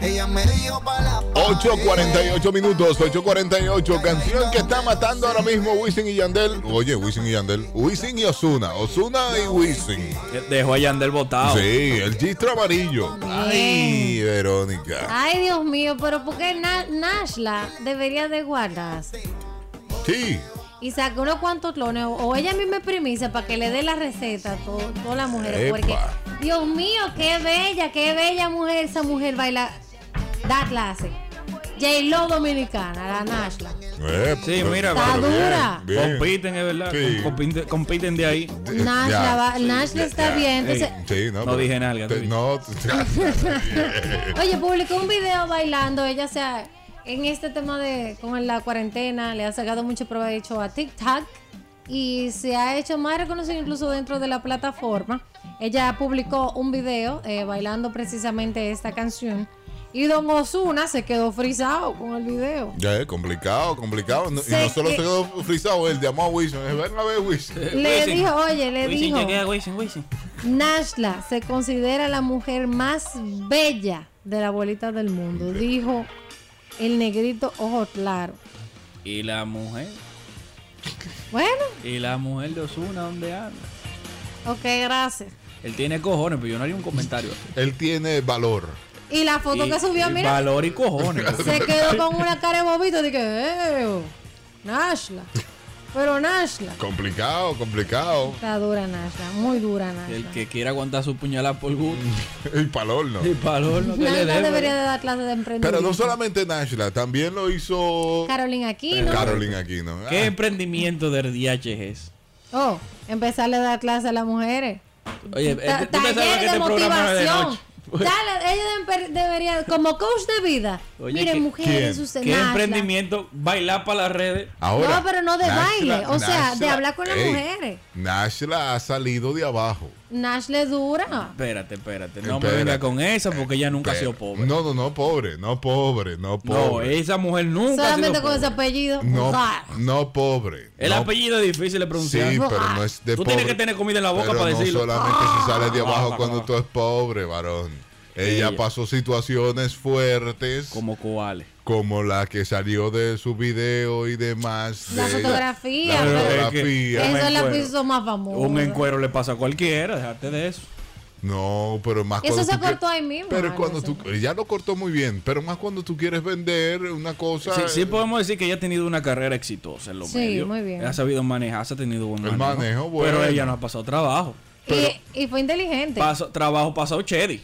Ella me dijo para la 8.48 minutos, 8.48, canción que está matando ahora mismo Wisin y Yandel. Oye, Wisin y Yandel. Wisin y Osuna. Osuna y Wisin. Eh, Dejó a Yandel botado. Sí, el chistro amarillo. Ay, Verónica. Ay, Dios mío, pero ¿por qué Na- Nashla debería de guardarse? Sí. Y saca unos cuantos clones, o- o ella misma es primicia para que le dé la receta a to- todas las mujeres. Epa. Porque, Dios mío, qué bella, qué bella mujer. Esa mujer baila, da clase. J-Lo dominicana, la Nashla. Eh, Sí, pero- mira, pero Está bien, dura. bien. Compiten, es verdad. Sí. Compiten, compiten de ahí. Eh, Nashla, ya, va- sí, Nashla ya, está ya. bien. Entonces, Ey. Sí, no. No pero- dije nalga, te- tú No, Oye, publicó un video bailando, ella se ha- en este tema de con la cuarentena le ha sacado mucho provecho a TikTok y se ha hecho más reconocido incluso dentro de la plataforma. Ella publicó un video eh, bailando precisamente esta canción y Don Osuna se quedó frisado con el video. ya es complicado, complicado. No- y Sé no solo que- se quedó frisado, él llamó a Wisin. eh, Ven a ver Wisin. Le Wisin. dijo, oye, le dijo, Wisin, Wisin. Nashla se considera la mujer más bella de la bolita del mundo, dijo el negrito ojo claro. Y la mujer. Bueno, Y la mujer de Osuna, ¿dónde anda? ok, gracias. Él tiene cojones, pero yo no haría un comentario. Él tiene valor. Y la foto Y- que subió, y mira, Valor y cojones. se quedó con una cara de bobito. Dije, ¡eh! Nashla. Pero Nashla. Complicado, complicado. Está dura Nashla, muy dura El Nashla. que quiera aguantar su puñalada por gusto. Y para el horno. El valor no que le Nashla dé, debería de dar clases de emprendimiento. Pero no solamente Nashla, también lo hizo Carolina Eh, Aquino. Carolina Aquino. Ah, ¿Qué emprendimiento del DH es? Oh, empezarle a dar clases a las mujeres. Oye, eh, Ta- tú te sabes taller que de este programa no es de motivación. noche. Dale, ella debe- debería, como coach de vida. Oye, Miren, ¿qué- mujeres, quién? usted ¿Qué Nashla. emprendimiento? Bailar para las redes. Ahora, No, pero no de baile, o sea, de hablar con las ey, mujeres. Nashla ha salido de abajo. Nashla es dura. Espérate, espérate. No Espérate. me venga con esa porque ella nunca ha Pero- sido pobre. Eh, No, no, no, pobre, no pobre, no No, pobre. esa mujer nunca ha Solamente sido con ese pobre. apellido. no, Rar. no pobre. El no- apellido es difícil de pronunciar. Sí, pero no es de Tú pobre. tienes que tener comida en la boca pero para no decirlo. solamente se sale de abajo Ah, cuando ah. tú es pobre, varón. Ella Ella. pasó situaciones fuertes como, Como cuáles. la que salió de su video y demás. La de ella. fotografía, La pero- fotografía. un Esa es la encuero. piso más famosa. Un encuero le pasa a cualquiera, déjate de eso. No, pero más Eso cuando se tú quie- cortó ahí mismo, Pero Mario, cuando eso. tú ya lo cortó muy bien, pero más cuando tú quieres vender una cosa. Sí, sí podemos decir que ella ha tenido una carrera exitosa en los Sí, medios. muy bien. Ha sabido manejarse, ha tenido buen El manejo. manejo, bueno. Pero ella no ha pasado trabajo. y, y fue inteligente. Paso- trabajo pasado Chedi.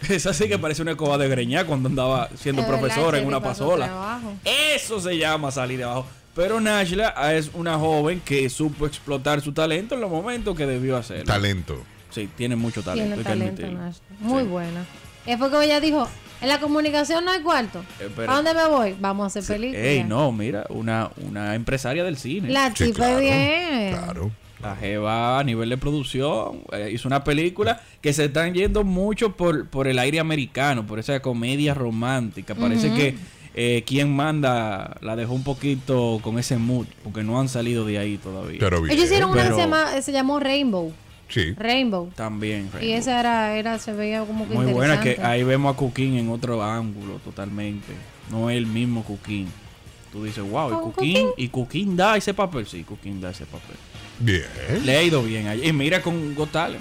Esa sí que parece una escoba de greñar cuando andaba siendo Es verdad, profesora en Chedi una pasó pasola. trabajo. Eso se llama salir de abajo. Pero Nashla es una joven que supo explotar su talento en los momentos que debió hacerlo. Talento. Sí, tiene mucho talento. hay Tiene que talento, admitirlo. Nashla. Muy buena. Es porque ella dijo, en la comunicación no hay cuarto. Espera. ¿A dónde me voy? Vamos a hacer películas. Ey, no, mira, una, una empresaria del cine. La Sí, tipa es bien. Claro. La Jeva a nivel de producción eh, hizo una película que se están yendo mucho por, por el aire americano, por esa comedia romántica. Parece que eh, quien manda la dejó un poquito con ese mood, porque no han salido de ahí todavía. Pero bien. Ellos hicieron una que se, pero- llama- se llamó Rainbow. Sí. Rainbow. También, Y Rainbow. esa era, era, se veía como que muy buena, que interesante. ahí vemos a Cuquín en otro ángulo totalmente. No es el mismo Cuquín. Tú dices, wow, Oh, y Cuquín, y Cuquín da ese papel. Sí, Cuquín da ese papel. Bien. Le ha ido bien ahí. Y mira con Gotales.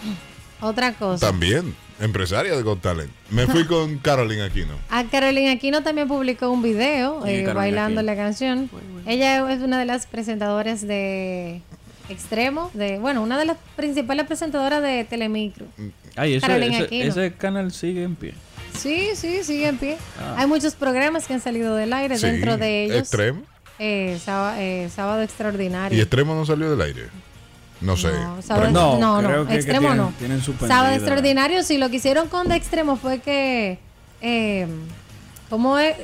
Otra cosa. También. Empresaria de Got Talent. Me fui con Carolyn Aquino. A Carolina Ah, Aquino también publicó un video Sí, eh, Carolina bailando Aquino. la canción. Ella es una de las presentadoras de Extremo, de bueno, una de las principales presentadoras de Telemicro. Ay, eso- Carolina ese, Aquino. ese canal sigue en pie. Sí, sí, sigue en pie. Ah. Hay muchos programas que han salido del aire Sí, dentro de ellos. Extremo. eh, Sába- eh, sábado Y Extraordinario. Extremo no salió del aire. No sé. No, Sábado- Pero- No, Pues, no, no, creo que- que extremo tienen- no. tienen suspendida. Sábado extraordinario, sí, lo que hicieron con de extremo fue que, eh, ¿cómo es?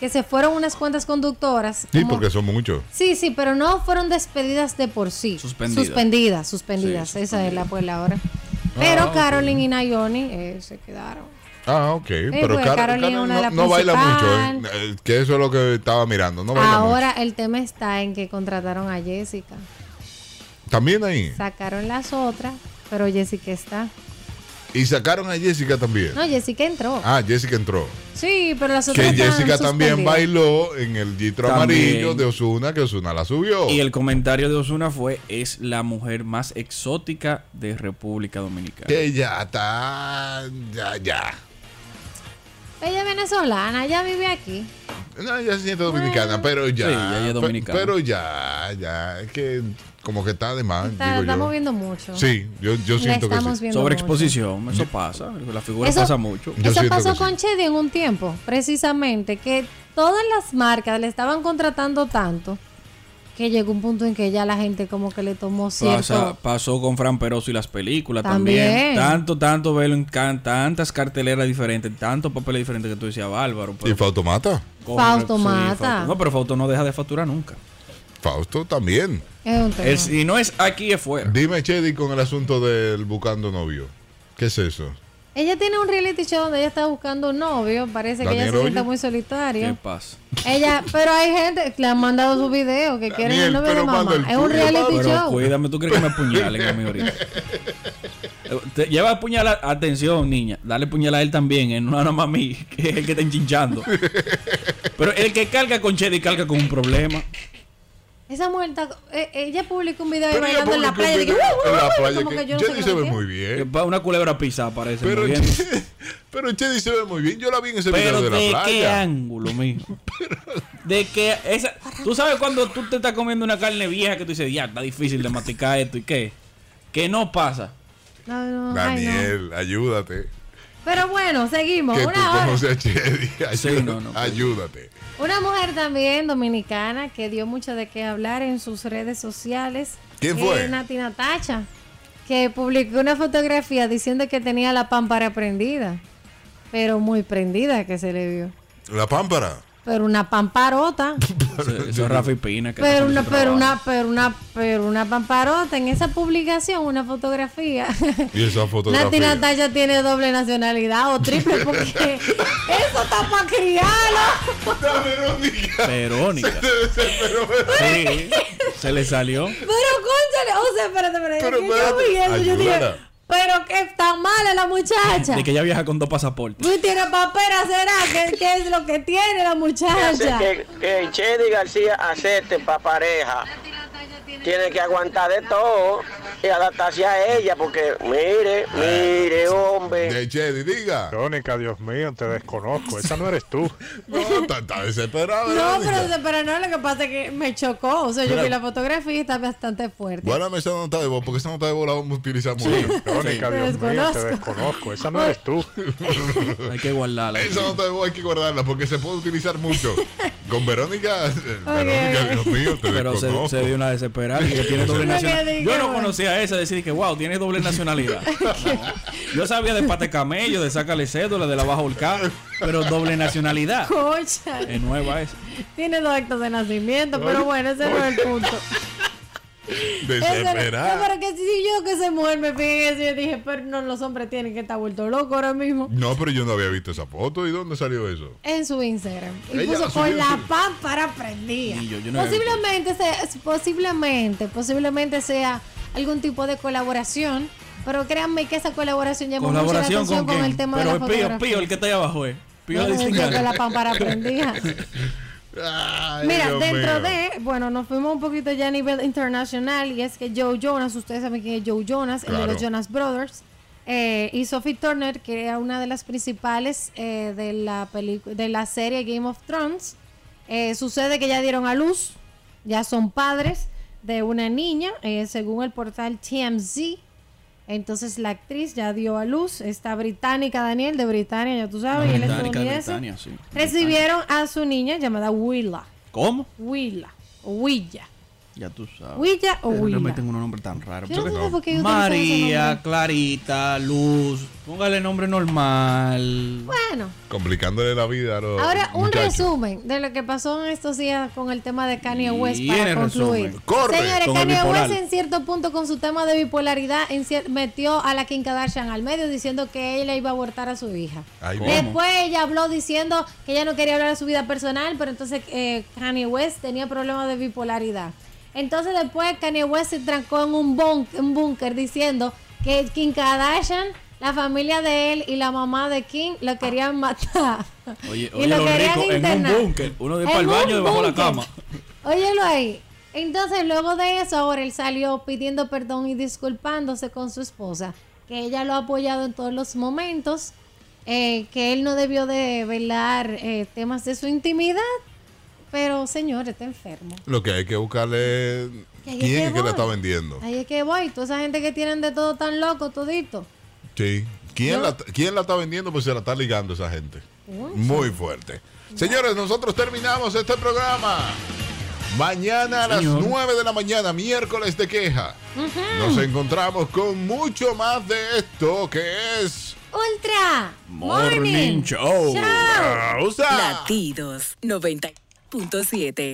Que se fueron unas cuantas conductoras. Sí, como- porque son muchos. Sí, sí, pero no fueron despedidas de por sí. Suspendidas. Suspendidas, suspendidas. Sí, Esa es la pues la hora. Ah, Pero ok. Carolyn y Nayoni eh, se quedaron. Ah, ok. pero porque Car- Carolina Carolyn una no, de las no baila principal. mucho. eh, eh, Que eso es lo que estaba mirando. No baila Ahora el tema está en que contrataron a Jessica. mucho. También ahí. Sacaron las otras, pero Jessica está. Y sacaron a Jessica también. No, Jessica entró. Ah, Jessica entró. Sí, pero las otras Que estaban Jessica también suspendidas. bailó en el Gitro También. amarillo de Osuna, que Osuna la subió. Y el comentario de Osuna fue, es la mujer más exótica de República Dominicana. Que ya está. Ya, ya. Ella es venezolana, ella vive aquí. No, ya se siente dominicana, pero ya. Sí, ya ella es Pe- dominicana. Pero ya, ya. Es que como que está de más. Está- digo yo. estamos viendo mucho. Sí, yo, yo La siento que estamos sí. viendo Sobreexposición, eso pasa, la figura Eso- pasa mucho. Yo Eso siento pasó que sí. con Chedi en un tiempo, precisamente, que todas las marcas le estaban contratando tanto que llegó un punto en que ya la gente como que le tomó cierto... Pasa- pasó con Fran Peroso y las películas También. también. Tanto, tanto verlo en can- tantas carteleras diferentes, tantos papeles diferentes que tú decías, Bárbaro. Y pero- fue automata. coge- Fausto sí, mata. Fausto. No, pero Fausto no deja de facturar nunca. Fausto también. Es un tema. El- si no es aquí, es fuera. Dime, Chedi, con el asunto del buscando novio. ¿Qué es eso? Ella tiene un reality show donde ella está buscando un novio, parece que Daniel ella se siente Oye. muy ¿Qué solitaria. pasa? Ella, pero hay gente que le han mandado su video que quieren Daniel, el novio de pero manda mamá. el Es un tuyo, reality Pablo. Pero show. cuídame, tú crees que me apuñalen a mí ahorita. Eh, te- lleva a apuñalar, atención, niña, dale puñal a él también, eh, no nada más a mí, que es el que está enchinchando. Pero el que carga con Chedi carga con un problema. Esa mujer está, eh, ella publicó un video ahí Pero ella bailando en la publicó un playa. y video dije, "Uh, uh, en la uh", playa como que que yo no sé Chedi qué se lo ve entiendo. muy Que bien. va Una culebra pisada parece. Eh. Pero, muy bien. pero Chedi se ve muy bien. Yo la vi en ese Pero video de de la qué playa. ángulo, mijo. De que esa. Tú sabes cuando tú te estás comiendo una carne vieja que tú dices, ya, está difícil de masticar esto y qué. Que no pasa. No, no, ay, no. Daniel, ayúdate. Pero bueno, seguimos. Que tú Una hora. conoces a Chedi. Ayúdate. Sí, no, no, pero- ayúdate. Una mujer también dominicana que dio mucho de qué hablar en sus redes sociales. ¿Quién fue? Es Nati Natacha, que publicó una fotografía diciendo que tenía la pámpara prendida, pero muy prendida que se le vio. La pámpara. Pero una pamparota, Eso, eso es Rafi Pina. Que hace pero una, su pero trabajo. una, pero una, pero una pamparota. En esa publicación, una fotografía. Y esa Nati fotografía. Natacha tiene doble nacionalidad o triple porque eso está para criarlo. La Verónica. Verónica. Sí, se le salió. Pero cónchale, o sea, espérate, espérate. Pero es que yo espérate, vi eso, yo dije, ayúdala. pero que tan mala la muchacha. De que ella viaja con dos pasaportes. Muy tiene papera, será, ¿Qué, qué es lo que tiene la muchacha. Que, que Chedi García acepte para pareja. Tiene que aguantar de todo y adaptarse a ella, porque mire, mire, hombre. De Chedi, diga. Verónica, Dios mío, te desconozco. Esa no eres tú. No, está, está desesperada, No, Verónica. pero, pero no, lo que pasa es que me chocó. O sea, yo Mira. vi la fotografía y está bastante fuerte. Guárdame esa nota de voz, porque esa nota de voz la vamos a utilizar mucho. Verónica, Te Dios mío, te desconozco. desconozco. Esa no eres tú. Hay que guardarla. Esa nota de voz hay que guardarla porque se puede utilizar mucho. Con Verónica, eh, Verónica, Dios mío, te Pero se, desconozco. se dio una desesperada y que tiene doble No, nacionalidad. que Yo diga, no bueno. conocía a esa, decir que wow, tiene doble nacionalidad. Yo sabía de pate camello, de sácale cédula, de la baja volcán, pero doble nacionalidad. Concha, Es nueva esa. tiene dos actos de nacimiento, pero bueno, ese no es el punto. Pues, Ese no- no, Desesperada. pero que si yo que se mujer me fijé en eso, yo dije, pero no, los hombres tienen que estar vuelto locos ahora mismo. No, pero yo no había visto esa foto. ¿Y dónde salió eso? en su Instagram y Ella la puso subió en con la su- pámpara prendida. Y yo- yo no había posiblemente sea, posiblemente, posiblemente sea algún tipo de colaboración, pero créanme que esa colaboración llamó mucho la Colaboración con, atención con, quién? el tema de Pero la Pío, fotografía. Pío, el que está ahí abajo es. Pío No, de no, no, con la Distingal. pámpara prendida. Ay, Mira, Dios mío. dentro de, bueno, nos fuimos un poquito ya a nivel internacional y es que Joe Jonas, ustedes saben quién es Joe Jonas, el Claro. de los Jonas Brothers, eh, y Sophie Turner, que era una de las principales eh, de, la pelicu- de la serie Game of Thrones, eh, sucede que ya dieron a luz, ya son padres de una niña, eh, según el portal TMZ. Entonces la actriz ya dio a luz, esta británica Daniel de Britania, ya tú sabes, y el Británica de estadounidense. Britania, sí. Recibieron a su niña llamada Willa. ¿Cómo? Willa. O Willa. Ya tú sabes. Willa o Pero le Willa. meten unos nombres tan raros. Yo no Porque- sé por qué yo María, Clarita, Luz. Póngale nombre normal. Bueno, Complicándole la vida a los ahora un muchachos. resumen de lo que pasó en estos días con el tema de Kanye West Viene para resumen. concluir. Corre Señores, con el Kanye bipolar. West en cierto punto con su tema de bipolaridad en cier- metió a la Kim Kardashian al medio diciendo que ella iba a abortar a su hija. Ay, ¿Cómo? Dios. Después ella habló diciendo que ella no quería hablar de su vida personal, pero entonces eh, Kanye West tenía problemas de bipolaridad. Entonces después Kanye West se trancó en un bunk- un búnker diciendo que Kim Kardashian la familia de él y la mamá de King lo querían matar. Oye, y oye, lo lo querían rico, en un internar. búnker. Uno de para el En baño un debajo de la búnker. cama. Óyelo ahí. Entonces, luego de eso, ahora él salió pidiendo perdón y disculpándose con su esposa, que ella lo ha apoyado en todos los momentos, eh, que él no debió de velar eh, temas de su intimidad, pero señor, está enfermo. Lo que hay que buscarle Que quién ahí es que es que voy. la está vendiendo. Ahí es que voy, toda esa gente que tienen de todo tan loco, todito. Sí. ¿Quién, la, ¿Quién la está vendiendo? Pues se la está ligando esa gente. Muy fuerte. Señores, nosotros terminamos este programa. Mañana a las Señor. 9 de la mañana, miércoles de queja. Nos encontramos con mucho más de esto que es... Ultra Morning Show. Chao. ¡Pausa! Latidos 90.7.